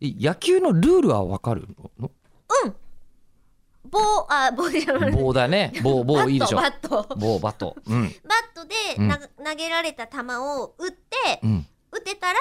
え野球のルールはわかるの棒あ棒じゃない棒だ ね棒棒いいでしょバットバット棒バットうんバットでうんな、投げられた球を打ってうん打てたら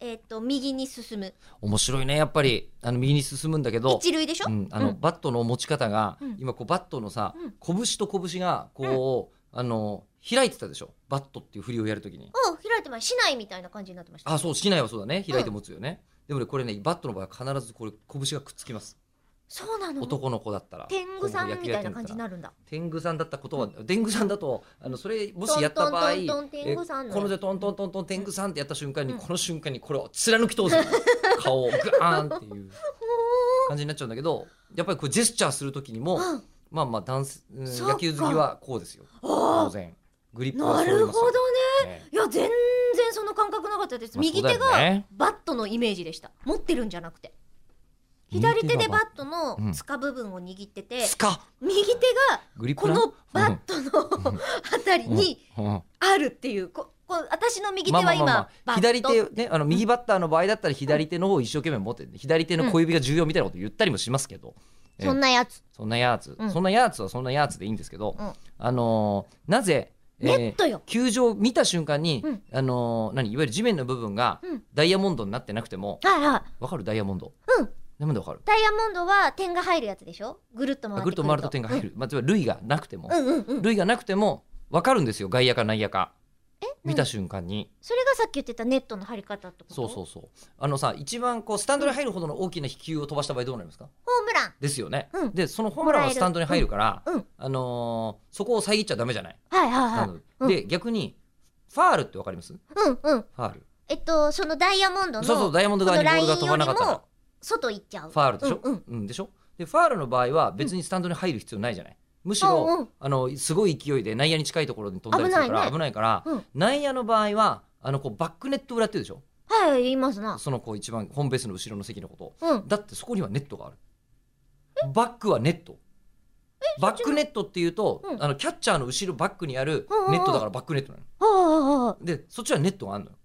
えっ、と右に進む面白いねやっぱりあの右に進むんだけど一塁でしょ、うん、あの、うんバットの持ち方が、うん今こうバットのさ、うん拳と拳がこう、あの開いてたでしょバットっていう振りをやるときにうん開いてました市内みたいな感じになってましたあそう市内はそうだね開いて持つよね、でもねこれねバットの場合は必ずこれ拳がくっつきます、そうなの男の子だったら天狗さんみたいな感じにるなるんだ天狗さんだったことは天狗さんだとあのそれもしやった場合トントントントン天狗さんえのこのでトントントントン天狗さんってやった瞬間に、うんこの瞬間にこれを貫き通す顔をガーンっていう感じになっちゃうんだけどやっぱりこうジェスチャーする時にも、うんまあまあダンス、うんそうか野球好きはこうですよ当あ然グリッープはな揃いるまほすどねよねいや全然その感覚なかったです、まあ右手そうだよがねバットのイメージでした持ってるんじゃなくて右手が左手でバットのうんつか部分を握ってて、スカ右手がグリップこなのバットのあたりにうんうんあるっていうここう私の右手まあまはあまあ今まバあ、ッ左ト手ねあの右バッターの場合だったら左手の方を一生懸命持って左手の小指が重要みたいなこと言ったりもしますけど、ええそんなやつそんなやつ、うんそんなやつはそんなやつでいいんですけど、うんあのーなぜ、えネーットよ球場を見た瞬間に、うんあのー何いわゆる地面の部分がうんダイヤモンドになってなくてもはいはいわかるダイヤモンドうんなんでわかるダイヤモンドは点が入るやつでしょぐるっとあ回ってぐるっと回ると点が入るる、まあ、つまり類がなくても、うんうんうん類がなくてもわかるんですよ外野か内野か見た何瞬間にそれがさっき言ってたネットの張り方ってことそうそううそうあのさ一番こうスタンドに入るほどの大きな飛球を飛ばした場合どうなりますかホームランですよね、うんでそのホームランはスタンドに入るから、うんうんあのーそこを遮っちゃダメじゃないはいはいなはいのうんで逆にファールってわかりますフうんうんァールえっとそのダイヤモンドのそうそうダイヤモンド側にボールが飛ばなかったこのラインよりらも外行っちゃうファールでしょ、ううんんでしょでファールの場合は別にスタンドに入る必要ないじゃないむしろ、うんうんあのすごい勢いで内野に近いところに飛んだりするから危危なないい,、ねから、うん内野の場合はあのこうバックネット裏って言うでしょはいはい言いますなそのこう一番ホームベースの後ろの席のことをうんだってそこにはネットがあるバックはネットバックネットっていうと、うんあのキャッチャーの後ろバックにあるうんうんうんネットだからバックネットなの、ああああでそっちはネットがあるのよ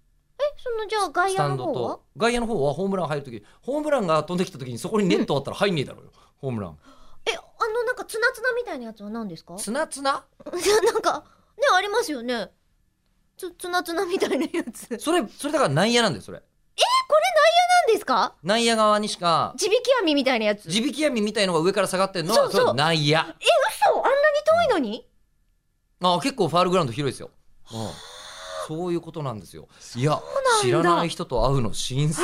そのじゃあ外スタ野ンのド方はと外野の方はホームラン入るときホームランが飛んできたときにそこにネットあったら入んねえだろうよ、ホームランえあのなんかツナツナみたいなやつは何ですかつなつな なんかねありますよねつツナツナみたいなやつ 何それそれだから内野なんだよそれですか内野側にしか地引き網みたいなやつ地引き網みたいのが上から下がってるのはそうそうれは内野嘘あんなに遠いのにあ結構ファールグラウンド広いですよ、うん、そういうことなんですよいや知らない人と会うの新鮮